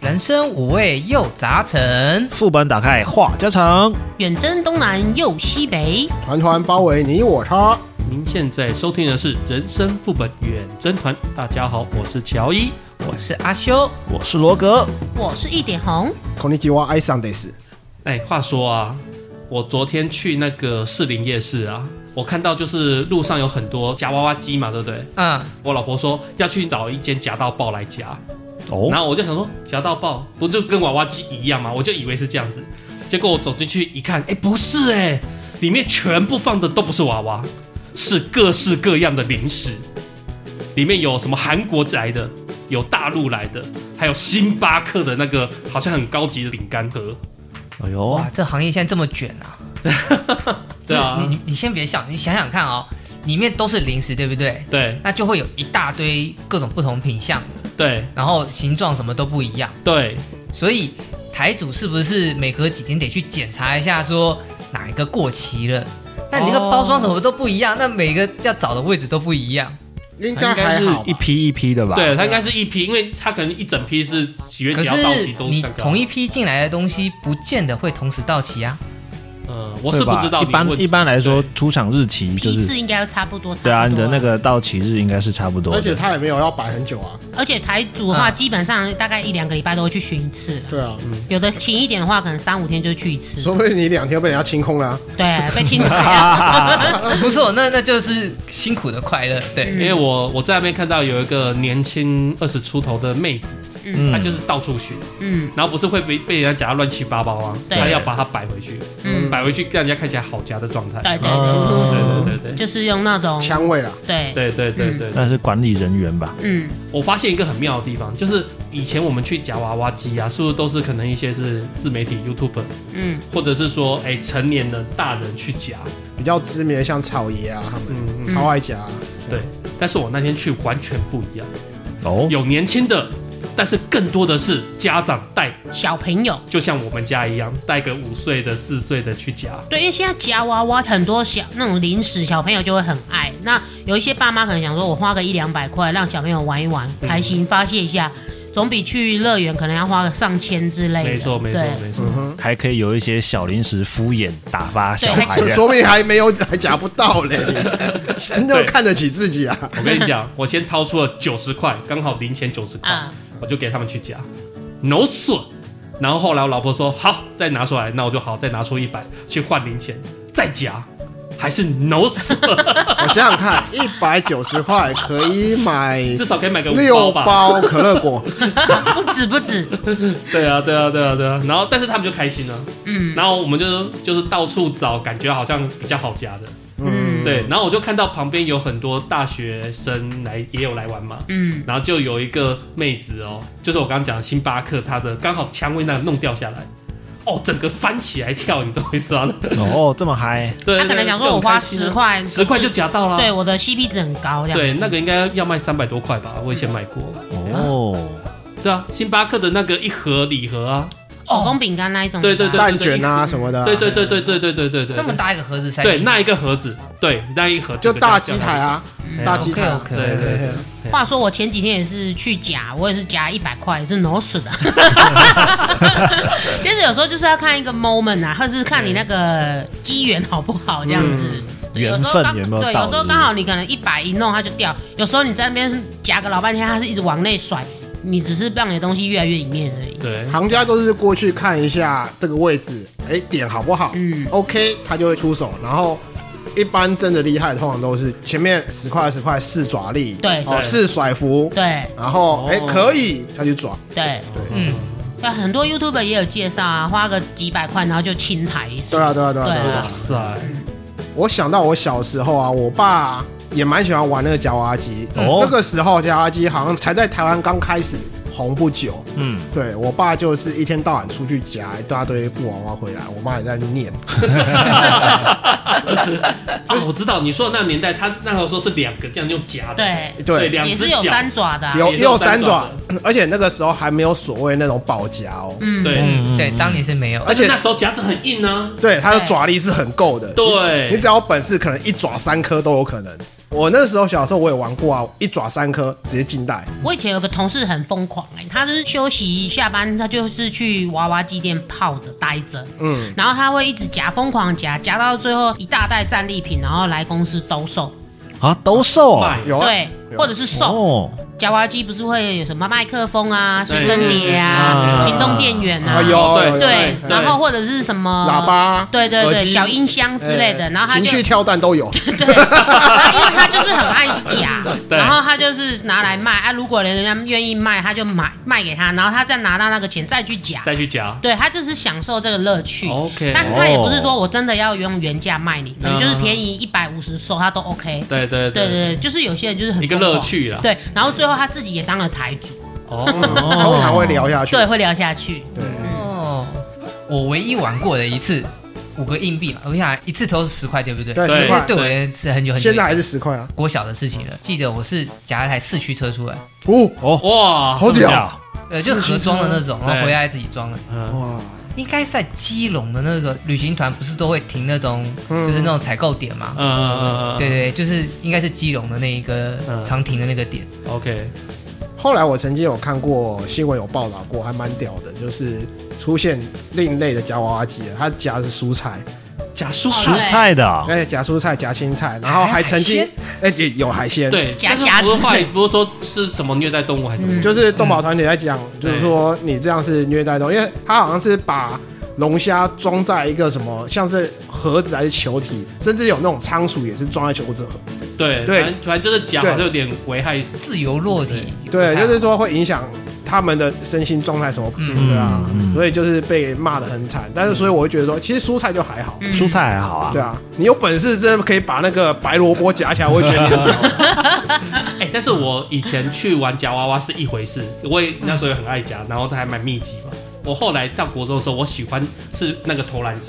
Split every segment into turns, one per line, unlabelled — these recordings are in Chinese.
人生五味又杂陈。
副本打开话家常，
远征东南又西北，
团团包围你我他。
您现在收听的是《人生副本远征团》，大家好，我是乔伊。
我是阿修，
我是罗格。
我是一点红。
こんにちは、爱上です。
哎，话说啊，我昨天去那个士林夜市啊，我看到就是路上有很多夹娃娃机嘛，对不对？
嗯，
我老婆说要去找一间夹到爆来夹，
哦
然，后我就想说夹到爆不就跟娃娃机一样吗？我就以为是这样子，结果我走进去一看，哎，不是哎，里面全部放的都不是娃娃，是各式各样的零食，里面有什么韩国来的，有大陆来的，还有星巴克的那个好像很高级的饼干盒，
哎呦
哇，，这行业现在这么卷啊！
对啊
嗯你，你你先别笑，你想想看哦，里面都是零食，对不对？
对
那就会有一大堆各种不同品相，
对
然后形状什么都不一样，
对，
所以台主是不是每隔几天得去检查一下，说哪一个过期了？那你这个
哦
包装什么都不一样，那每个要找的位置都不一样。
应
它
该
应该
还
是
好吧
一批一批的吧？，
对，它应该是一批，因为它可能一整批是几月
可
几号到期
是
都
你
那个啊
同一批进来的东西，不见得会同时到期啊。
嗯，我是不知道
一
你问
般一般来说
对，
出厂日期就
批
是
次应该要差不多，
对啊，
差不
你
多
的那，个到期日应该是差不多
而且
的。
他也没有要摆很久啊。
而且台主
啊
的话，
嗯
基本上大概一两个礼拜都会去巡一次，
对啊，
嗯
有的勤一点的话，可能三五天就去一次。
说不定你两天被人家清空了啊、
对，被 清台。
哈，
不错，那那就是辛苦的快乐。对，
嗯
因为我我在那边看到有一个年轻二十出头的妹子，她
嗯
就是到处巡，
嗯
然后不是会被被人家夹得乱七八糟啊，
对
她要把它摆回去，
嗯，
摆回去让人家看起来好夹的状态。
对对对
嗯
对对对
对，就是嗯用那种
枪位啊啦，
对，
对对对对对，
那是管理人员吧？
嗯
我发现一个很妙的地方，就是以前我们去夹娃娃机啊，是不是都是可能一些是自媒体 YouTube，
嗯，
或者是说哎成年人大人去夹，
比较知名的像草爷啊，他们、
嗯，
超爱夹啊、
但是我那天去完全不一样，
哦，
有年轻的，但是更多的是家长带，
小朋友。
就像我们家一样，带个五岁的、四岁的去夹。
对，因为现在夹娃娃很多小那种零食，小朋友就会很爱。那有一些爸妈可能想说，我花个一两百块让小朋友玩一玩，开心发泄一下，总比去乐园可能要花个上千之类的。
没错，没错，
哎对，
没错。
还可以有一些小零食敷衍打发小
哎
孩
说
这样。
说明还没有还夹不到嘞， 你真的看得起自己啊！
我跟你讲， 我先掏出了九十块，刚好零钱九十块
啊，
我就给他们去夹，no 损。然后后来我老婆说好，再拿出来，那我就好，再拿出一百去换零钱，再夹，还是 no 损，
我想想看，一百九十块可以买
至少可以买个五
六
包吧。
包可乐果，
不止不止，
对啊，对啊，对啊，对啊。然后但是他们就开心了，
嗯
然后我们就就是到处找，感觉好像比较好夹的。
嗯
对，然后我就看到旁边有很多大学生来也有来玩嘛，
嗯
然后就有一个妹子哦，就是我刚刚讲的星巴克，她的刚好蔷薇那弄掉下来，哦，整个翻起来跳，你懂我意 思吗？
哦，这么嗨，
对，
他可能想说我花十，块，
啊十块就
可
夹到
是
啦。
对我的 CP 值很高，这样
哦对，
子
那个应该要卖三百多块吧，我以前买过。
哦，
对啊，星巴克的那个一盒礼盒啊，
手工饼干那一种的吧，
对对
蛋卷啊什么的啊、
对对对对对对对对对，
那么大一个盒子塞进
对
去，
那一个盒子，对那一盒
就大机台，啊，
哎
大机台、啊，
OK，OK
对对
嘿
对
嘿嘿
话说我前几天也是去夹，我也是夹一百块，也是挪死的。其实有时候就是要看一个 moment 啊，或是看你那个机缘好不好这样子。对
缘
有时候刚
分有没有
对，
到
有时候
是不是
刚好你可能一百一弄它就掉，有时候你在那边夹个老半天，它是一直往内甩，你只是让你的东西越来越里面而已。
对
行家都是过去看一下这个位置，哎，点好不好？
嗯
OK，他就会出手。然后一般真的厉害，通常都是前面十块、十块试爪力，
对
哦，
对
试甩服，
对
然后
哦
哎可以，他就抓。
对，
嗯，
对，很多 YouTube 也有介绍啊，花个几百块然后就清台一次
对。啊，对啊，对啊。对
对
啊
啊
哇塞，
我想到我小时候啊，我爸也蛮喜欢玩那个夹娃娃机。
哦
那个时候夹娃娃机好像才在台湾刚开始红不久。
嗯，
对我爸就是一天到晚出去夹一大堆布娃娃回来，我妈也在念。
啊，我知道你说的那个年代，他那时候是两个这样用夹的，
对，
对，
两
也
只
是有
脚
三爪的啊、
有
也
也
是
有
三
三
爪
爪，而且那个时候还没有所谓那种保夹哦，
嗯，
对
嗯，
嗯
对，
嗯
当年是没有，
而且
那时候夹子很硬啊，
对它的
对
爪力是很够的。你
对，
只要有本事，可能一爪三颗都有可能。我那时候小时候我也玩过啊，一爪三颗直接进袋，
我以前有个同事很疯狂哎、他就是休息下班，他就是去娃娃机店泡着待着，嗯，然后他会一直夹，疯狂夹，夹到最后一大袋战利品，然后来公司兜售，
啊，都瘦哦
卖
有啊，
对，
有
或者是送。
哦，
夹娃娃机不是会有什么麦克风啊、
对
随身碟
嗯嗯
啊、
嗯
行动电源啊
啊，有
对
有
对，
有
然后或者是什么
喇叭
对对
耳
对，
机
小音箱之类的，
哎
然后他
情
就
绪跳蛋 都有，
对，他因为他就是很爱夹，
对
然后他就是拿来卖啊。如果人家愿意卖，他就买卖给他，然后他再拿到那个钱再去夹。
再去夹。
对他就是享受这个乐趣。
OK，
但是他也不是说我真的要用原价卖你，可能就是便宜一百五十收他都 OK。
对对
对对对，就是有些人就是很
一个
疯狂
乐。趣啊啦。
对，然后最后他自己也当了台主，
哦，
然后还会聊下去。
对，会聊下去。
对
哦，我唯一玩过的一次五个硬币嘛，我想一次投十块，对不对？
对
对
十
那
块，
对我而言是很久很久以
现在
前，
还是十块啊，
国小的事情了。记得我是夹一台四驱车出来，
哦
哇，
好
嗯这么
哦屌
屌！
呃，就盒装的那种，
车
然后回来自己装的。
嗯
哇，
应该是在基隆的那个旅行团，不是都会停那种，
嗯
就是那种采购点嘛
嗯。嗯嗯嗯，
对对，就是应该是基隆的那一个
嗯
常停的那个点。
，OK，
后来我曾经有看过新闻有报道过，还蛮屌的，就是出现另类的夹娃娃机了，它夹的是蔬菜，
假蔬
蔬
哦
菜的啊，
哎，夹蔬菜夹青菜，然后还曾经
海
哎也有海鲜，，
对，
夹
但是
夹
不是
子
坏，不是说是什么虐待动物还是什么，
嗯就是动保团体在讲，就
对
是说你这样是虐待动物，因为它好像是把。龙虾装在一个什么，像是盒子还是球体，甚至有那种仓鼠也是装在球子盒。
对
对
反正反正就是夹，好
对
像有点危害。
自由落体。
对，就是说会影响他们的身心状态什么，
嗯
对啊，
嗯
所以就是被骂的很惨。但是所以我会觉得说，其实蔬菜就还好，
嗯
蔬菜还好啊
对，啊，你有本事真的可以把那个白萝卜夹起来，我会觉得你很屌
哎，但是我以前去玩夹娃娃是一回事，我也那时候也很爱夹，然后它还蛮密集嘛。我后来到国中的时候，我喜欢是那个投篮机，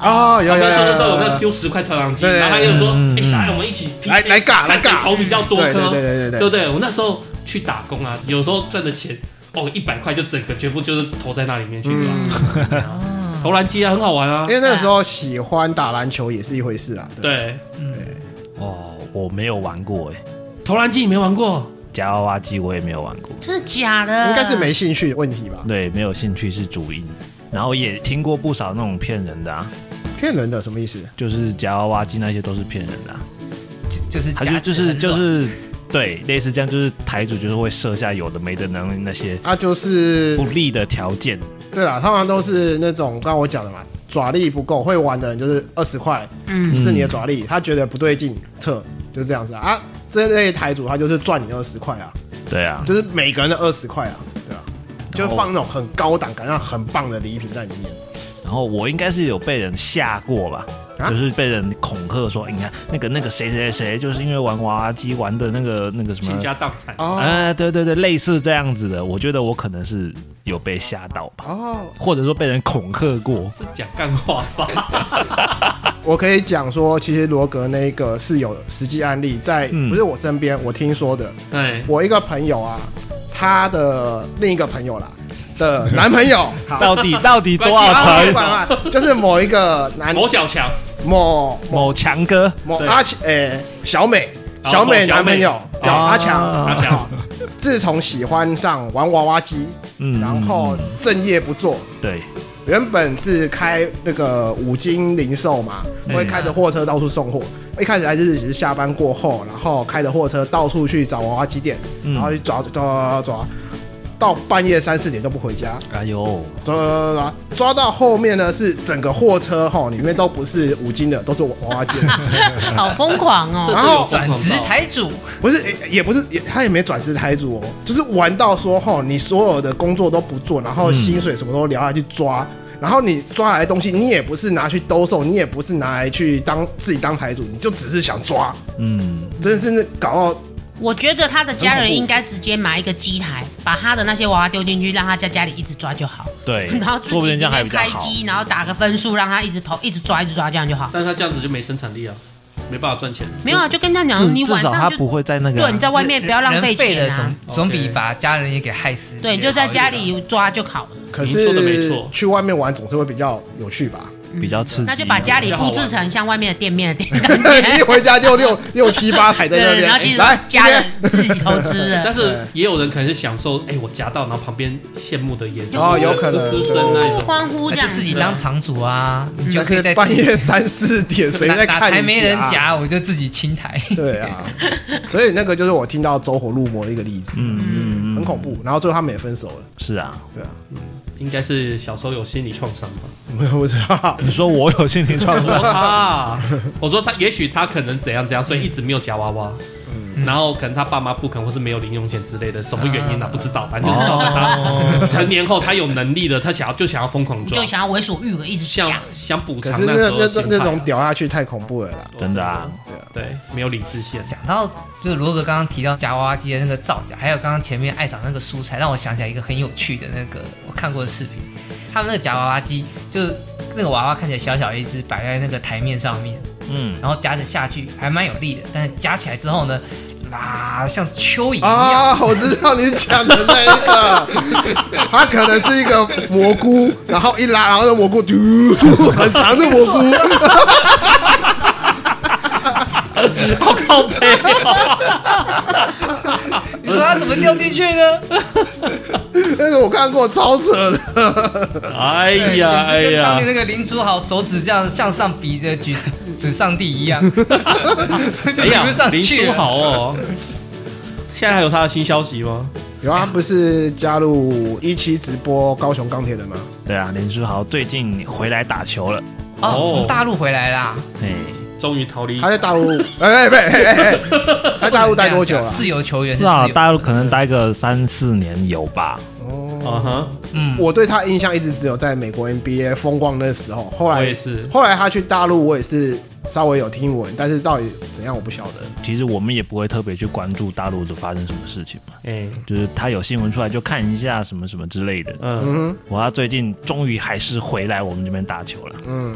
哦，有有有
那时候都有
有
那
有有，
丢十块投篮机，
对对对
然后他就说
嗯：“
哎，
嗯
啥呀，我们一起 PK，
来来尬
看
来
谁
尬
投比较多
对对
颗，
对对
对
对
不对？我那时候去打工啊，有时候赚的钱哦，一百块就整个全部就是投在那里面去
嗯
了。啊投篮机啊，很好玩啊
对，。因为那个时候喜欢打篮球也是一回事啊，对
对，
嗯，
哦，我没有玩过哎，
投篮机你没玩过？
夹娃娃机我也没有玩过，
真的假的？
应该是没兴趣的问题吧？
对，没有兴趣是主因，然后也听过不少那种骗人的啊，
骗人的什么意思？
就是夹娃娃机那些都是骗人的啊，
就就是
他
夹
就
子
就是
很短
就是对，类似这样，就是台主就是会设下有的没的能那些
啊，就是
不利的条件，
对啦，通常都是那种刚刚我讲的嘛，爪力不够，会玩的人就是二十块，
嗯
是你的爪力，他觉得不对劲，撤，就这样子啊。啊这类台主他就是赚你二十块啊，
对啊，
就是每个人的二十块啊，对啊，就放那种很高档、感觉很棒的礼品在里面。
然后我应该是有被人吓过吧，
啊
就是被人恐吓说，哎你看那个那个谁谁谁，就是因为玩娃娃机玩的那个那个什
倾
么，
家荡产。
哦
哎、对对对，类似这样子的，我觉得我可能是有被吓到吧，
哦，
或者说被人恐吓过，
这讲干话
啊
吧？
我可以讲说，其实罗格那个是有实际案例在，
嗯
不是我身边，我听说的。
哎，
我一个朋友啊，他的另一个朋友啦的男朋友，好，
到 底到底多少
啊不
层？
管不管就是某一个男
某小强，
某
某强哥，
某
对
阿强，诶、小美，
哦
小美
某小
男朋友
美
叫
哦
阿强，
阿
强
自从喜欢上玩娃娃机，
嗯
然后
嗯
正业不做，
对，
原本是开那个五金零售嘛，
嗯
会开着货车到处送货。一开始还是只是下班过后，然后开着货车到处去找娃娃机店，
嗯
然后去抓抓抓抓抓，到半夜三四点都不回家，
哎呦，
抓抓抓抓抓到后面呢是整个货车吼里面都不是五金的，都是娃娃机 的。
好疯狂
这
哦！
然后
这
转
有状
职
况到
台主，
不是，也也不是，也他也没转职台主哦，就是玩到说吼，你所有的工作都不做，然后
嗯
薪水什么都聊下去抓，然后你抓来的东西，你也不是拿去兜售，你也不是拿来去当自己当台主，你就只是想抓，
嗯，
真的真的搞到
我觉得他的家人应该直接买一个机台，把他的那些娃娃丢进去，让他在家里一直抓 就好。
对，
然后自
说不
己
定
里
这样还
面
比较
开
好。
机，然后打个分数，让他一直投，一直抓，一直抓，这样就好。
但是他这样子就没生产力啊，没办法赚钱。
没有啊，就跟他讲，
至
你
至
晚
少他
上就
不会在那个啊、
对你在外面不要浪费钱
人
啊
了，，总总
OK
比把家人也给害死。
对，你就在家里抓就好了。
可
您说的没
是
错
去外面玩总是会比较有趣吧？
比较刺激。啊
那就把家里布置成像外面的店面的 店
你一回家就六六七八台在那
对，然后其
边，
实
来今
家
天
人自己投资
哎
的，
但是也有人可能是享受，哎，我夹到，然后旁边羡慕的眼神，
哦有可能
滋滋声那一种。
欢呼
那
这样
就
子
自己当场主啊，你就可以在
嗯是半夜三四点，谁在
打
看你啊
台没人？夹，我就自己清台。
对啊， 所以那个就是我听到走火入魔的一个例子，
嗯嗯
很
嗯，
恐怖。然后最后他们也分手了，
是啊，
对啊，
应该是小时候有心理创伤吧。
我不知道。
你说我有心灵创
我
伤，
说他，我说他，也许他可能怎样怎样，所
嗯
以一直没有夹娃娃。然后可能他爸妈不肯，或是没有零用钱之类的，什么原因呢、
啊
不知道，反正就是造成他成年后他有能力了，他想要就想要疯狂
你
抓
就，想要为所欲为，一直
想
讲。
想补
可
偿
是那
时候
那那
的
啊
心态
那种屌下去太恐怖了啦，
真的啊，
对啊，
对没有理智线，
讲到就是罗哥刚刚提到夹娃娃机的那个造假，还有刚刚前面爱长那个蔬菜，让我想起来一个很有趣的那个我看过的视频。他们那个夹娃娃机，就是那个娃娃看起来小小一只，摆在那个台面上面，
嗯，
然后夹着下去还蛮有力的，但是夹起来之后呢，啦，像蚯蚓一样，
啊，我知道你讲的那一个， 它可能是一个蘑菇，然后一拉，然后那蘑菇嘟，很长的蘑 菇，
好靠背、
你说它怎么掉进去呢？
那个我看过，超扯的。
哎
对
呀哎
简直跟当
呀
年，那个林书豪手指这样向上比的举指指上帝一 样，就
哎
比
呀
不，上
林
去
书
了。
豪哦，现在还有他的新消息吗？
有啊，不是加入一期直播高雄钢铁人吗？
对啊，林书豪最近回来打球了，
哦，
哦
从大陆回来啦，
哎，
终于逃离
他在大陆，哎哎哎哎哎，他在大陆待多久了？
自由球员是
至
自由
少啊大陆可能待个三四年有吧，
啊哈，
嗯，
我对他印象一直只有在美国 NBA 风光那时候，后
我
来
也是
后来他去大陆，我也是稍微有听闻，但是到底怎样我不晓得。
其实我们也不会特别去关注大陆的发生什么事情嘛，
哎
就是他有新闻出来就看一下什么什么之类的。
嗯
嗯
我他最近终于还是回来我们这边打球了。
嗯，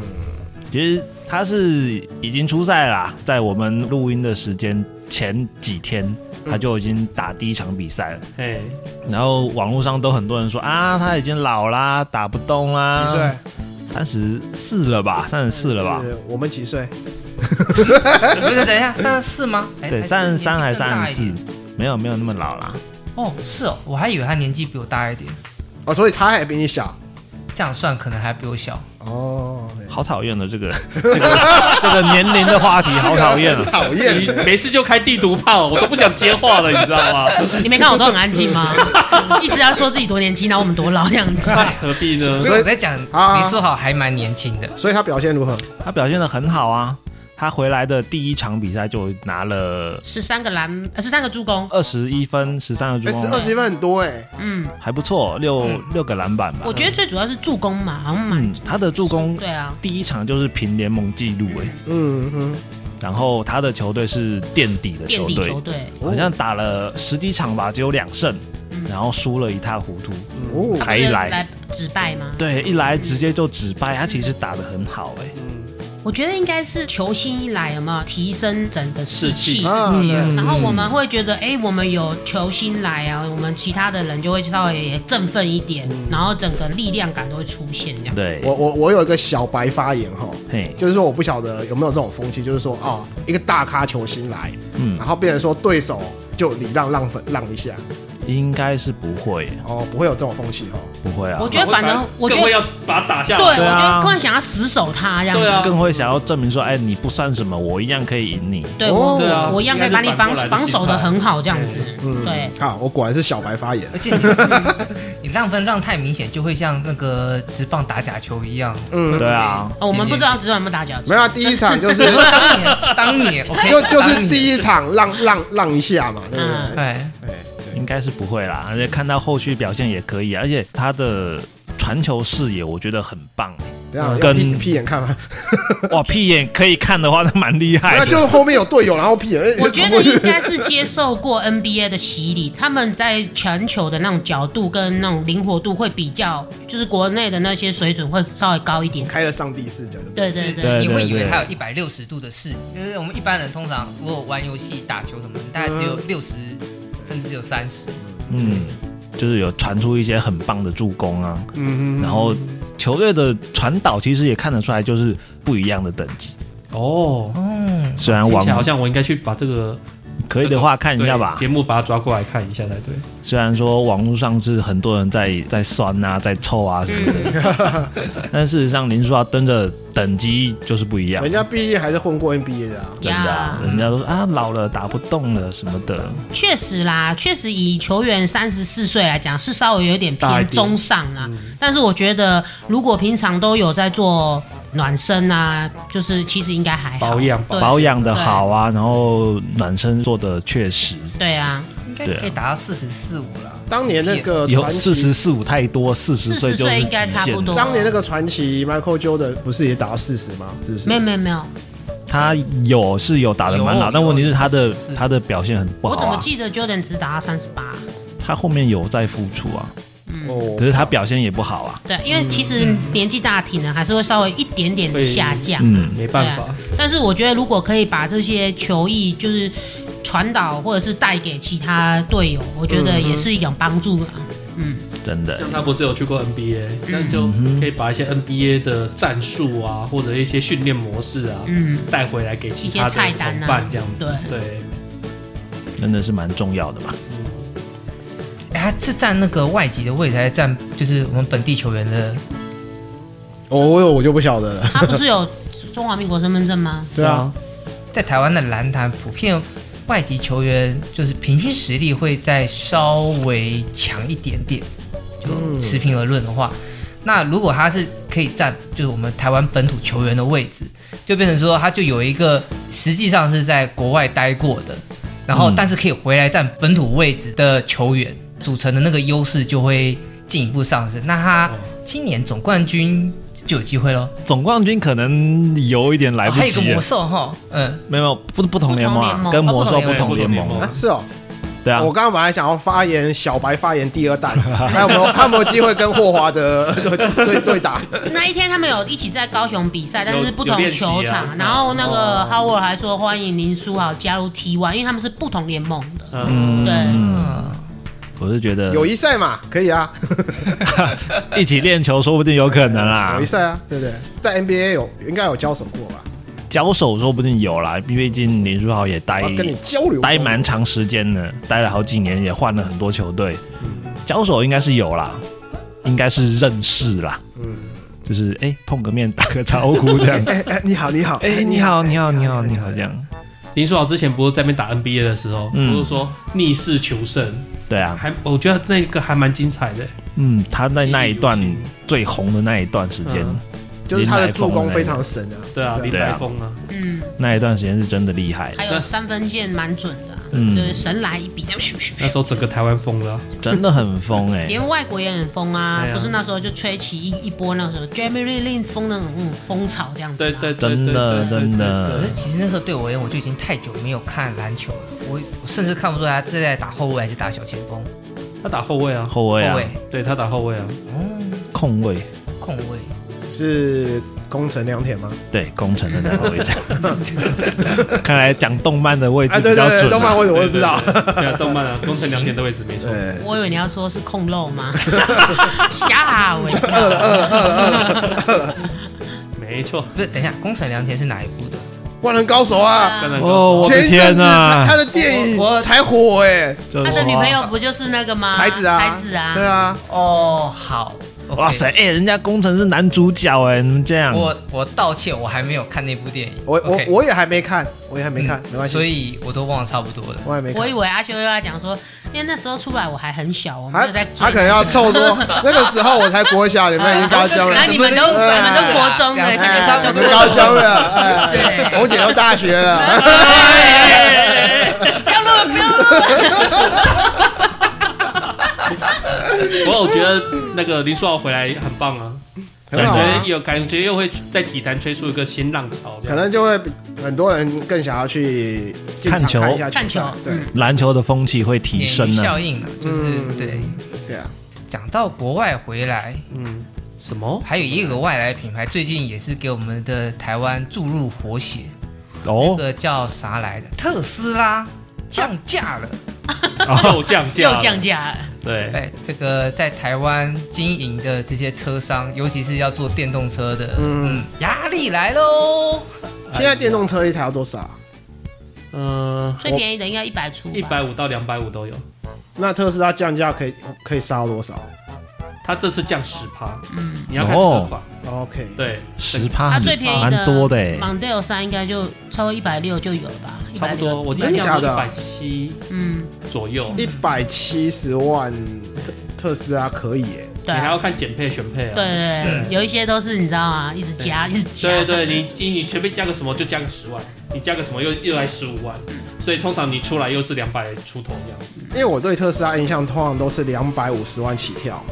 其实他是已经出赛啦，在我们录音的时间前几天，
嗯
他就已经打第一场比赛了。
哎
然后网络上都很多人说啊，他已经老啦，打不动啦。
几岁？？
三十四了吧？三十四了吧？
啊是我们几岁？
不是，等一下，三十四吗？哎
对，三十三还是
年纪更
三
大
十
一
四
点？
没有没有那么老啦。
哦，是哦，我还以为他年纪比我大一点，
哦，所以他还比你小
这样算可能还比我小。
哦，
好讨厌的这个这个这个年龄的话题，好讨厌啊！
讨
你
厌。
没事就开地图炮，我都不想接话了，你知道吗？
你没看我都很安静 吗？一直要说自己多年轻，然后我们多老这样子。
哎何必呢？
所以我在讲
啊
李书豪还蛮年轻的，
所以他表现如何？
他表现的很好啊，他回来的第一场比赛就拿了
十三个篮，呃十三个助攻，
二十一分、十三个助
哎，
攻
是，二十分很多哎，
嗯，
还不错，六、
嗯
六个篮板吧。
我觉得最主要是助攻嘛，好像蛮
嗯，他的助攻
对啊，
第一场就是平联盟纪录哎，
嗯嗯，
然后他的球队是垫底的
垫
球
底
队
球，队，
好像打了十几场吧，只有两胜，然后输了一塌糊涂。
哦，
还一来
嗯来止败吗？
对，一来直接就止败，他其实打得很好哎、
我觉得应该是球星一来有没有提升整个士
士
气
气？
啊
是啊
然后我们会觉得，哎、我们有球星来啊，我们其他的人就会稍微也振奋一点，然后整个力量感都会出现这样。
对，
我我我有一个小白发言哈，
嘿，
就是说我不晓得有没有这种风气，就是说哦，一个大咖球星来，
嗯
然，后变成说对手就礼让让分让一下，
应该是不会，
哦，不会有这种风气哦。
不会啊
我，觉得反正我觉得
更会要把他打下
对，
来。
我
对
觉
啊
得突然想要死守他这样
对
子。
啊，
更会想要证明说，哎，你不算什么，我一样可以赢你。
对
哦
我，
对啊
我一样可以把你
应
防
该是反过来的
防守的很好，这样子。
嗯
对，
好，我果然是小白发言。
而且你你 让分让太明显，就会像那个直棒打假球一样。
嗯，
对啊，
哦，我们不知道只有有没有打假球
没有、啊，第一场就是
我 说当年，当年哎，OK，
就就是第
一，
一场让让让一下嘛，对不
啊
对？
对，
对
应该是不会啦，而且看到后续表现也可以啊，而且他的传球视野我觉得很棒、
这样
跟
屁屁眼看嘛，
哇，屁眼可以看的话，那蛮厉害
那
的。
就是后面有队友，然后屁眼，哎
我觉
冲过
得
去
应该是接受过 NBA 的洗礼，他们在全球的那种角度跟那种灵活度会比较，就是国内的那些水准会稍微高一点。
开了上帝视角，对不对
对对
就是
对，
你会以为
对
他有一百六十度的视野，就是我们一般人通常如果玩游戏、打球什么的，大概只有六十，甚至只有三十。
嗯，就是有传出一些很棒的助攻啊，
嗯，
然后球队的传导其实也看得出来，就是不一样的等级。
哦，
嗯，
虽然
听
王
起来好像我应该去把这个哎
可以的话看一下吧
对，节目把它抓过来看一下才对。
虽然说网络上是很多人在在酸啊，在臭啊什么的，
嗯，
但事实上林书豪真的等级就是不一样
人。家毕业还是混过 NBA 的啊，
真的啊、
呀
人家都说啊老了打不动了什么的，
确实啦，确实以球员三十四岁来讲，是稍微有点
大一
偏
点
中上啦。但是我觉得，如果平常都有在做暖身啊，就是其实应该还好
保养
对
保养的好啊，然后暖身做的确实
对啊，
应该可以打到四十四五了。
当年那个
有
传奇
四十四五太多，四十岁
40
就是
岁应
极
该差不
限了
多。
当年那个传奇 Michael Jordan 不是也打到四十吗？是不是？
没有没有没有，
他有是有打的蛮
有
好，但问题是他的
是是
他的表现很不
我
好
怎么
啊。
记得 Jordan 只打到三十八？
他后面有在付出啊，
哦
可是他表现也不好啊。
对，因为其实年纪大，体能还是会稍微一点点的下降。
嗯，
没办法，
但是我觉得，如果可以把这些球艺就是传导或者是带给其他队友，我觉得也是一种帮助啊。嗯，
真的
像他不是有去过 NBA，那就可以把一些 NBA 的战术啊，或者一些训练模式啊，
嗯，
带回来给其他
一些菜
的
单啊
同伴这样子。
对。
对，
真的是蛮重要的嘛。
哎、他是占那个外籍的位置，还是占就是我们本地球员的？
我哦我我就不晓得了。
他不是有中华民国身份证 吗？
对啊，
在台湾的篮坛，普遍外籍球员就是平均实力会再稍微强一点点。就持平而论的话，那如果他是可以占就是我们台湾本土球员的位置，就变成说他就有一个实际上是在国外待过的，然后
嗯
但是可以回来占本土位置的球员组成的那个优势就会进一步上升。那他
哦
今年总冠军就有机会喽。
总冠军可能有一点来
哦
不
还有一个
及了
魔，兽哈，嗯，
没有不不同联盟
不同联
啊，
盟
跟
哦
魔兽
不
不
同
同联
联盟
盟，
啊是哦，
对啊
我，刚刚本来想要发言小白发言第 二弹，还有没有还有没有机会跟霍华德 对对对打？
嗯
那一天他们有一起在高雄比赛，但
有
是不
有
同
练习啊
球场。然后那个 Howard 还说欢迎林书豪加入 T1，因为他们是不同联盟的。
嗯，
对
我是觉得
友谊赛嘛，可以啊，
一起练球说不定有可能啦
友谊，赛啊，对不对？在 NBA 有应该有交手过吧？
交手说不定有啦，毕竟林书豪也待
我要跟你交流
待哎蛮长时间的，待了好几年，也换了很多球队，
嗯
交手应该是有啦，应该是认识啦，
嗯
就是哎、碰个面打个招呼这 样，
哎哎，你好，你好，
哎、你好你好你好你好这样，
林书豪之前不是在那边打 NBA 的时候，
嗯
不是说逆势求胜，
对啊，
还我觉得那个还蛮精彩的。
嗯，他在那一段
记忆犹新
最红的那一段时间，
嗯
就是他的助攻非常神啊，
对啊，林
对啊
来疯啊，
嗯，
那一段时间是真的厉害，
还有三分线蛮准的啊，
嗯
就是神来一笔，这样 咻咻
那
咻
时。候整个台湾疯了啊。
真的很疯 哎、
连外国也很疯啊
对，啊
不是那时候就吹起一一波那个时候 Jamie Lin 疯的嗯风潮这样子。
对对，对
真的
对对
真的
对
可
对
是其实那时候对我而言，我就已经太久没有看篮球了，我我甚至看不出来他是在打后卫还是打小前锋，
他打后卫啊，
后卫啊
后，卫，
对他打后卫啊，
哦，
控卫，
控 卫，
是宫城良田吗？
对，工程的那个位 置，看来讲动漫的位置
啊，
比
对
较
对对，
准、
动漫
啊。
我怎么
我
会知道？哎
对啊，动 漫啊，工程两点的位置没错。
对，
我以为你要说是控肉吗？吓我一跳！
没错，
不是，等一下，工程良田是哪一部的？
灌篮高手啊，
灌篮
哦，
高
我
手
的
前一阵
天
子
哪、
才他的电
我
影
我
才火哎，
就是
他的
说
女朋友不就是那个吗？
才子啊，
才子啊
对，啊，
哦，好，OK
哇塞，哎、人家工程是男主角哎、你们这样，
我我道歉，我还没有看那部电影，
我我
OK
我也还没看，我也还没看，
嗯
没关系，
所以我都忘得差不多了。
我也没看
我以。为阿修又要讲说，因为那时候出来我还很小，我们
他
就在
他可能要凑多，那个时候我才国小，你们已经高中了
啊，，你们都你们都国中的，
哎
基本上
哎
都
你们高中了，哎，
对
红姐都大学
哎
了，
不要录，不要录。
不过我觉得那个林书豪回来很棒啊，
很
感
好啊
觉，有感觉又会在体坛吹出一个新浪潮这
可
样。
能就会很多人更想要去进场
看球
看一下
看球
球赛，对
嗯
篮球的风气会提
鲶
升
鱼
呢、
效应啊，就是、
嗯
对。
对啊，
讲到国外回来，
嗯，什么？
还有一个外来品牌，最近也是给我们的台湾注入活血，那
哦，
个叫啊啥来的？特斯拉降价了，
又降价，
又降，价了，
对，
哎，这个在台湾经营的这些车商，尤其是要做电动车的，
嗯
嗯，压力来喽。
现在电动车一台要多少啊？
嗯，
最便宜的应该一百出吧，
一百五到两百五都有。
那特斯拉降价可以可以杀到多少
它这次降十趴，
嗯，
你要看车
哦
款，
？OK，
对，
十趴
它
很
最便宜
蛮
的
多的哎，
Mondeo 三应该就超过一百六就有了吧，
差不多，
160
我印象
真
中
的
一
假
百七
嗯，
左右。
一百七十万特特斯拉可以耶，
对
你还
啊，
要看减配选配啊。
对对对，有一些都是你知道吗？一直加一直加，
嗯对对，你你你随便加个什么就加个十万，你加个什么又又来十五万，所以通常你出来又是两百出头这样子，
因为我对特斯拉印象通常都是两百五十万起跳，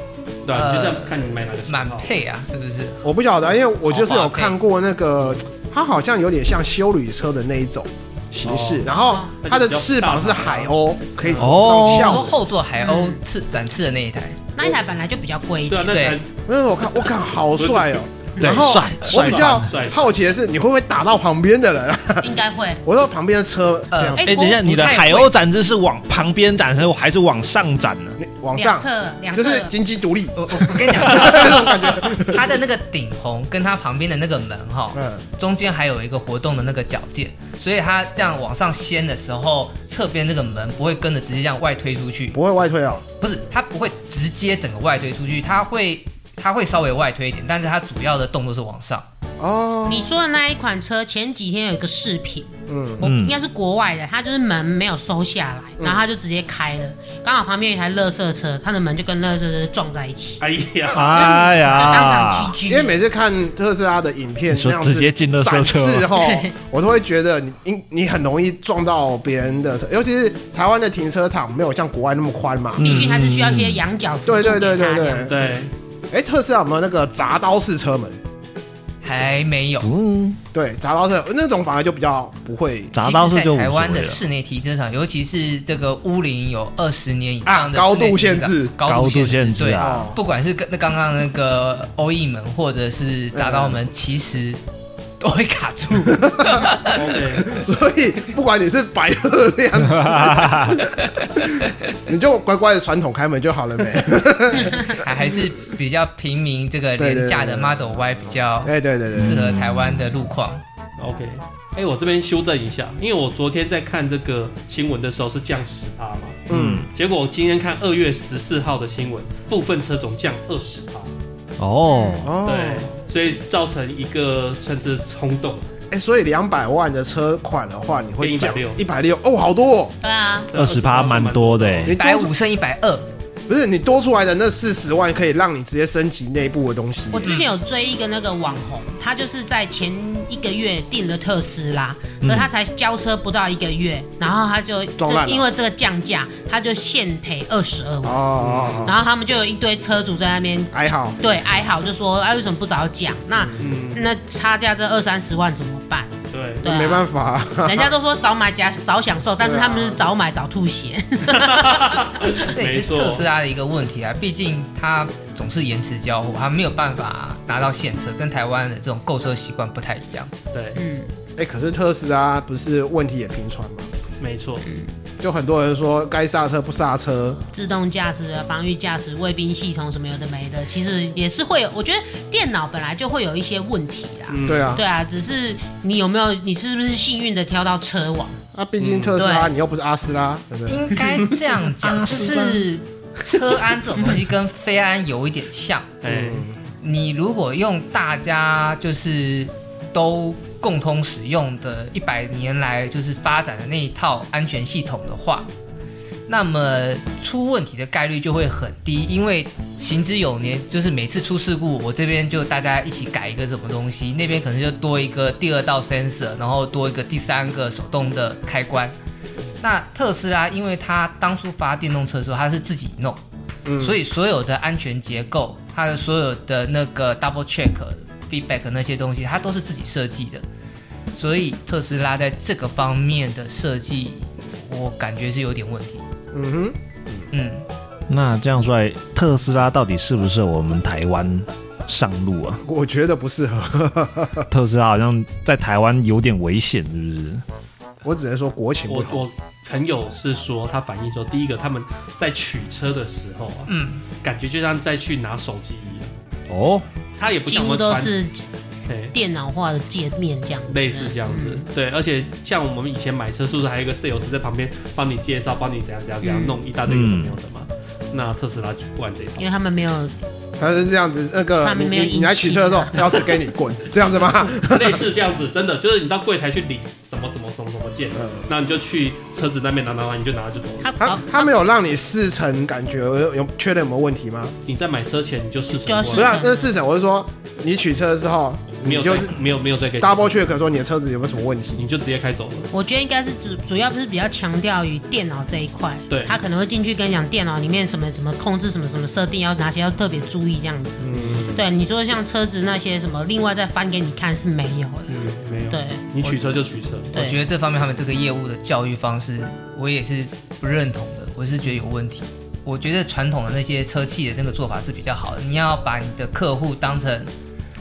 对啊，你就是
呃
要看你买哪个型
满
号。
配啊，是不是？
我不晓得，因为我就是有看过那个，它好像有点像修旅车的那一种形式，
哦
然后它的翅膀是海鸥，可以
哦
往上
然后
翘的。
后座海鸥翅展翅的那一台，
那一台本来就比较贵一
对啊
点，，
那台
那时候我看，我看好帅哦。然后
帅
我
帅
比
翻
较
了。
帅翻
好奇的是，你会不会打到旁边的人？啊
应该会。
我说旁边的车这
呃
样
哎
哎，等一下，
不
你的
太
海
会
鸥展翅是往旁边展翅，还是往上展呢？
往
两
上，
侧两
就
侧
是经济独立。
我我我跟你讲， 这种感觉，它的那个顶棚跟它旁边的那个门哈，
嗯，
中间还有一个活动的那个脚键，所以它这样往上掀的时候，侧边那个门不会跟着直接这样外推出去，
不会外推哦。
不是，它不会直接整个外推出去，它会它会稍微外推一点，但是它主要的动作是往上。
哦，
你说的那一款车，前几天有一个视频，
嗯，
嗯
应该是国外的，它就是门没有收下来，然后它就直接开了，刚好旁边有一台垃圾车，它的门就跟垃圾车撞在一起，
哎呀，
哎
就当
呀 嗯
场，
因为
GG。
每次看特斯拉的影片，
你说
那样子
直接进垃圾
展
车
示
吗
后
对，
我都会觉得你你你很容易撞到别人的车，尤其是台湾的停车场没有像国外那么宽嘛。
嗯
毕竟它是需要一些仰角辅助
对对对
给它
对
这样
对。
对，
哎，特斯拉有没有那个铡刀式车门？
还没有，
嗯，
对，铡刀式那种反而就比较不会
砸到
其
是
实
就
在
无
台
所谓
湾的
了。
市内停车场，尤其是这个乌林有二十年以
啊，
上的
高
室内停
度
车
限
场
制。
高
高度限
对
制啊
哦，
不管是跟那刚刚那个欧翼门或者是闸刀
啊
门，其实都会卡住。
对，
所以不管你是白鹤亮 子，你就乖乖的传统开门就好了没？
还还是比较平民这个廉价的
对对对对
Model Y 比较
哎，对对对
适
对，
合台湾的路况。
OK，哎、我这边修正一下，因为我昨天在看这个新闻的时候是降十趴嘛，
嗯，
结果我今天看二月十四号的新闻，部分车种降二十趴，
哦，
哦，
对，所以造成一个算是冲动，
哎，所以两百万的车款的话，你会
变
降
160
一百六哦，好多、哦，
对啊，
二十趴蛮多的哎
你
一
多
百五剩一百二，
不是你多出来的那四十万，可以让你直接升级内部的东西
我。之前有追一个那个网红，他就是在前一个月订了特斯拉，
嗯
可是他才交车不到一个月，然后他就
撞烂
这
了
因为这个降价，他就现赔二十二
哦
万，
哦哦，
然后他们就有一堆车主在那边
还好，
对哀嚎，就说啊为什么不早讲？那
嗯，
那差价这二三十万怎么办？
对，
对、啊，
没办法、 啊，
人家都说早买加早享受，但是
对啊
他们是早买早吐血。
这也
没
是特
错
斯，拉的一个问题啊。毕竟它总是延迟交货，它没有办法拿到现车，跟台湾的这种购车习惯不太一样。
对，
嗯，
哎、可是特斯拉不是问题也频传嘛？
没错，
就很多人说该刹车不刹车，
自动驾驶啊、防御驾驶、卫兵系统什么有的没的，其实也是会有。我觉得电脑本来就会有一些问题啦。
嗯
对啊，
对啊，只是你有没有，你是不是幸运的挑到车网？
那啊毕竟特斯
嗯
拉、
对
你又不是阿斯拉，对不对？
应该这样 讲，就是车安这种东西跟飞安有一点像。
哎、
你如果用大家就是都共同使用的一百年来就是发展的那一套安全系统的话，那么出问题的概率就会很低，因为行之有年，就是每次出事故，我这边就大家一起改一个什么东西，那边可能就多一个第二道 sensor，然后多一个第三个手动的开关。那特斯拉，因为它当初发电动车的时候，它是自己弄，
嗯
所以所有的安全结构，它的所有的那个 double check、feedback 那些东西，它都是自己设计的。所以特斯拉在这个方面的设计，我感觉是有点问题。
嗯哼。
嗯，
那这样说来，特斯拉到底适不适合我们台湾上路 啊？
我觉得不适合，
特斯拉好像在台湾有点危险，是不是？
我只能说国情不
我
同。
我朋友是说，他反映说，第一个他们在取车的时候啊，
嗯，
感觉就像在去拿手机一样，
哦，
他也不
几
像我
乎
们
都
传，
是
对，
电脑化的界面这样子，嗯
类似这样子，对，而且像我们以前买车，是不是还有一个 sales 在旁边帮你介绍，帮你怎样怎样怎样
嗯
弄一大堆有的没有的嘛？那特斯拉就不玩这一套
因为，他们没有
他是这样子，那个
他
你
们没有
你你
引
来取
擎
车的时候
啊，
钥匙给你滚， 这样子吗？
类似这样子，真的就是你到柜台去领什么什么什么什么件，那你就去车子那边拿拿拿，你就拿就走了。
他
他
搞
他没有让你试乘，感觉有有确认有没有问题吗？
嗯
你在买车前你就试
就要试
不
乘过
是
了，
啊，那试乘，我是说你取车的时候，
没
你
有
就
再没有没有再给
double check 说你的车子有没有什么问题。
你就直接开走了。
我觉得应该是主主要不是比较强调于电脑这一块，
对
他可能会进去跟你讲电脑里面什么怎么控制什么什么设定，要哪些要特别注意这样子。
嗯
对，你说像车子那些什么，另外再翻给你看是没有的。
嗯，没有。
对
你取车就取车，
我觉
对，
得这方面他们这个业务的教育方式，我也是不认同的，我是觉得有问题。我觉得传统的那些车企的那个做法是比较好的，你要把你的客户当成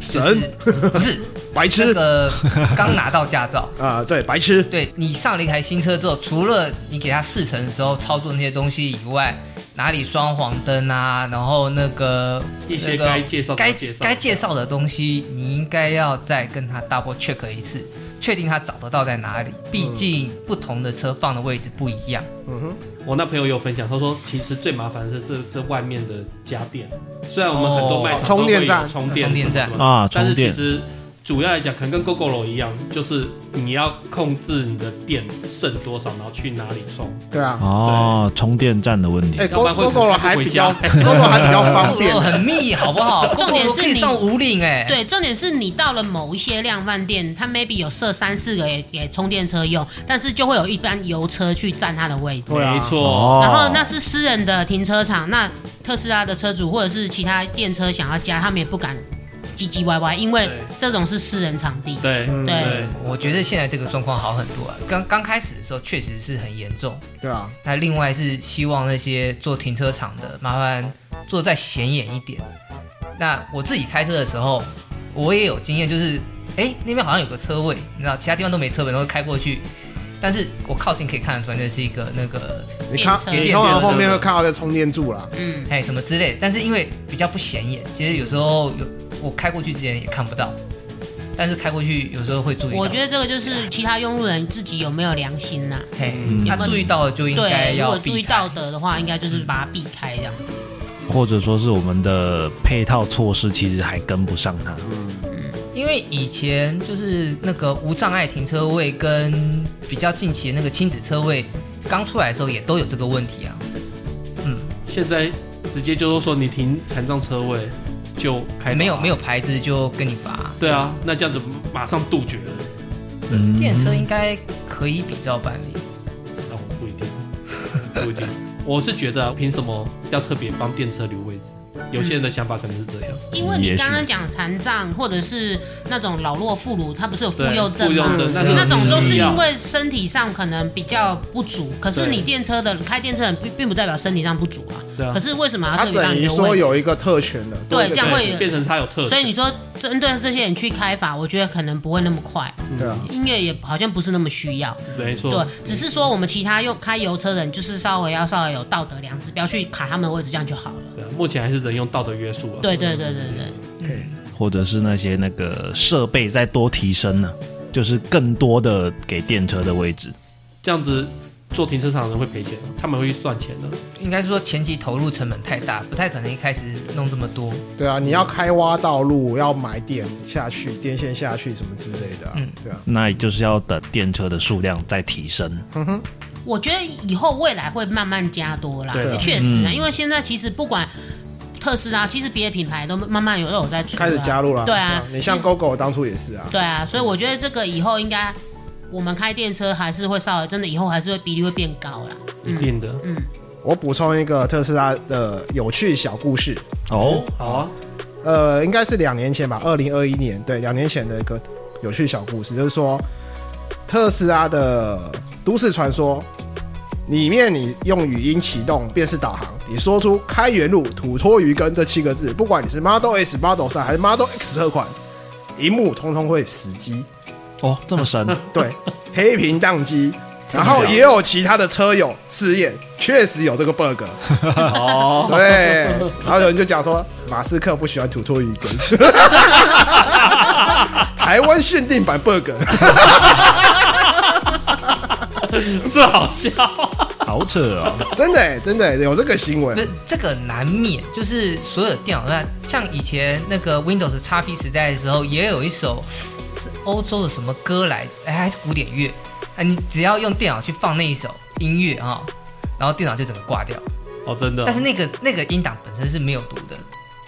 就是
神，
不 是
白
那
痴
个刚拿到驾照。
啊，对，白痴，
对你上了一台新车之后，除了你给他试乘的时候操作那些东西以外，哪里双黄灯啊，然后那个
一些
那个
该介绍的
啊该
介绍
该介绍的东西，你应该要再跟他 double check 一次，确定他找得到在哪里。毕竟不同的车放的位置不一样。
嗯哼，
我那朋友有分享，他说其实最麻烦的是这这外面的家电，虽然我们很多卖场都
充
会有
电站
充电
哦充电站
什么的
啊，
但
充
是其
电
实主要来讲，可能跟 GoGo 一样，就是你要控制你的电剩多少，然后去哪里充。
对啊。
哦，充电站的问题
哎，
要不然会
Go Go 还比较
会
Go Go 还比
嗯
较方便
路路，很密，好不好？
重点是
Gogoro 可以
你
上五岭哎、
对，重点是你到了某一些量贩店，它 maybe 有设三四个也给充电车用，但是就会有一般油车去占它的位置。
对啊
没错，
哦，
然后那是私人的停车场，那特斯拉的车主或者是其他电车想要加，他们也不敢唧唧歪歪，因为
对
这种是私人场地。
对
嗯
对，
我觉得现在这个状况好很多啊。刚刚开始的时候确实是很严重，
对啊，
那另外是希望那些做停车场的，麻烦做再显眼一点。那我自己开车的时候，我也有经验，就是哎、诶那边好像有个车位，你知道其他地方都没车位，然后开过去，但是我靠近可以看得出来那是一个那个
你看
电车
你通常后面会看到一个充电柱啦，
嗯，
哎什么之类的，但是因为比较不显眼，其实有时候有我开过去之前也看不到，但是开过去有时候会注意到。
我觉得这个就是其他用路人自己有没有良心呐、
嘿，
嗯
那注意到了就应该
对，如
要
果注
避
意
开
道德的话，应该就是把它避开这样
嗯
子。
或者说是我们的配套措施其实还跟不上它。
因为以前就是那个无障碍停车位跟比较近期的那个亲子车位刚出来的时候也都有这个问题啊。
现在直接就是说你停残障车位就开，
没有没
有，
有牌子就跟你罚。
对啊，那这样子马上杜绝了，
嗯，
电车应该可以比照办理。
那我不一定，不一定，我是觉得啊凭什么要特别帮电车留位置？有些人的想法可能是这 样，
因为你
也许
刚刚讲残障或者是那种老弱妇孺，他不是有妇
对，
幼症
妇
吗
幼？症，那是
那种都是
需要
因为身体上可能比较不足，可是
对
你电车的开电车的人并并不代表身体上不足啊。
对啊
可是为什么要
它
特别让
等
你
于
留
说
位置
有一个特权的，
对这样会
对变成他有特
所以
权，
你说针对这些人去开法，我觉得可能不会那么快，
对啊，
音乐也好像不是那么需要。
没错
对，，只是说我们其他用开油车的人，就是稍微要稍微有道德良知，不要去卡他们的位置，这样就好了。
对啊，目前还是人用道德约束啊，
哦对对对对对，
或者是那些那个设备再多提升呢、就是更多的给电车的位置。
这样子做停车场的人会赔钱，他们会去算钱的。
应该是说前期投入成本太大，不太可能一开始弄这么多。
对啊，你要开挖道路，要埋电下去，电线下去什么之类的啊，
嗯
对啊，
那也就是要等电车的数量再提升。
我觉得以后未来会慢慢加多啦，
对啊
也确实啊，因为现在其实不管特斯拉，其实别的品牌都慢慢有都有在出啊
开始加入了，
对啊，
你像 Go Go 当初也是啊，
对啊，所以我觉得这个以后应该我们开电车还是会稍微真的以后还是会比例会变高啦。
一定的。
嗯
我补充一个特斯拉的有趣小故事，
哦，
好啊，
呃，应该是两年前吧，二零二一年，对，两年前的一个有趣小故事，就是说特斯拉的都市传说里面，你用语音启动便是导航，你说出“开源路土托鱼羹”这七个字，不管你是 Model S、Model 3还是 Model X 车款，荧幕通通会死机，
哦，这么神，
对，黑屏宕机，然后也有其他的车友试验，确实有这个 bug。
哦，
对，然后有人就讲说，马斯克不喜欢土托鱼梗， 台湾限定版 bug。
这好笑。
好扯哦。
真的、欸，真的、欸、有这个新闻
那，这个难免，就是所有电脑那像以前那个 Windows XP 时代的时候，也有一首是欧洲的什么歌来，哎，还是古典乐，啊，你只要用电脑去放那一首音乐啊、然后电脑就整个挂掉。
哦，真的。
但是那个那个音档本身是没有毒的，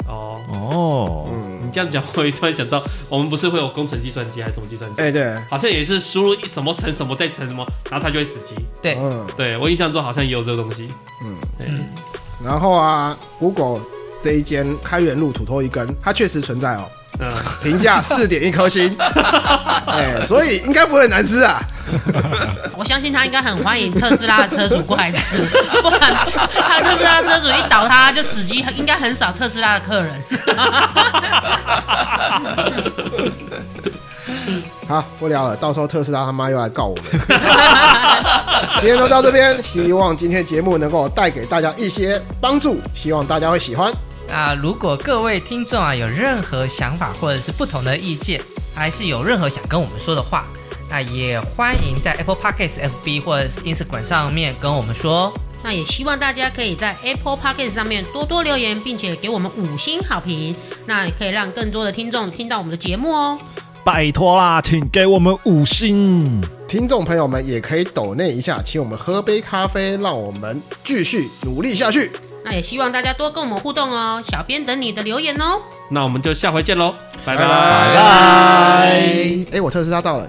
哦，
哦，
你这样讲，我突然想到，我们不是会有工程计算机还是什么计算机？
哎、对，
好像也是输入一什么乘什么再乘什么，然后它就会死机。
对，
嗯，
对我印象中好像也有这个东西。嗯，
然后啊，Google 这一间开源路土托一根，它确实存在哦，
嗯，
评价四点一颗星， 哎、所以应该不会很难吃啊。
我相信他应该很欢迎特斯拉的车主过来吃， 不然他特斯拉车主一倒他就死机，应该很少特斯拉的客人。
好，不聊了，到时候特斯拉他妈又来告我们。 今天就到这边，希望今天节目能够带给大家一些帮助，希望大家会喜欢。
那如果各位听众啊有任何想法或者是不同的意见，还是有任何想跟我们说的话，那也欢迎在 Apple Podcast、FB 或者是 Instagram 上面跟我们说哦。
那也希望大家可以在 Apple Podcast 上面多多留言，并且给我们五星好评，那也可以让更多的听众听到我们的节目哦。
拜托啦，请给我们五星。
听众朋友们也可以抖内一下，请我们喝杯咖啡，让我们继续努力下去。
那也希望大家多跟我们互动哦，小编等你的留言哦。
那我们就下回见喽，拜
拜
拜
拜。哎、我特斯拉到了。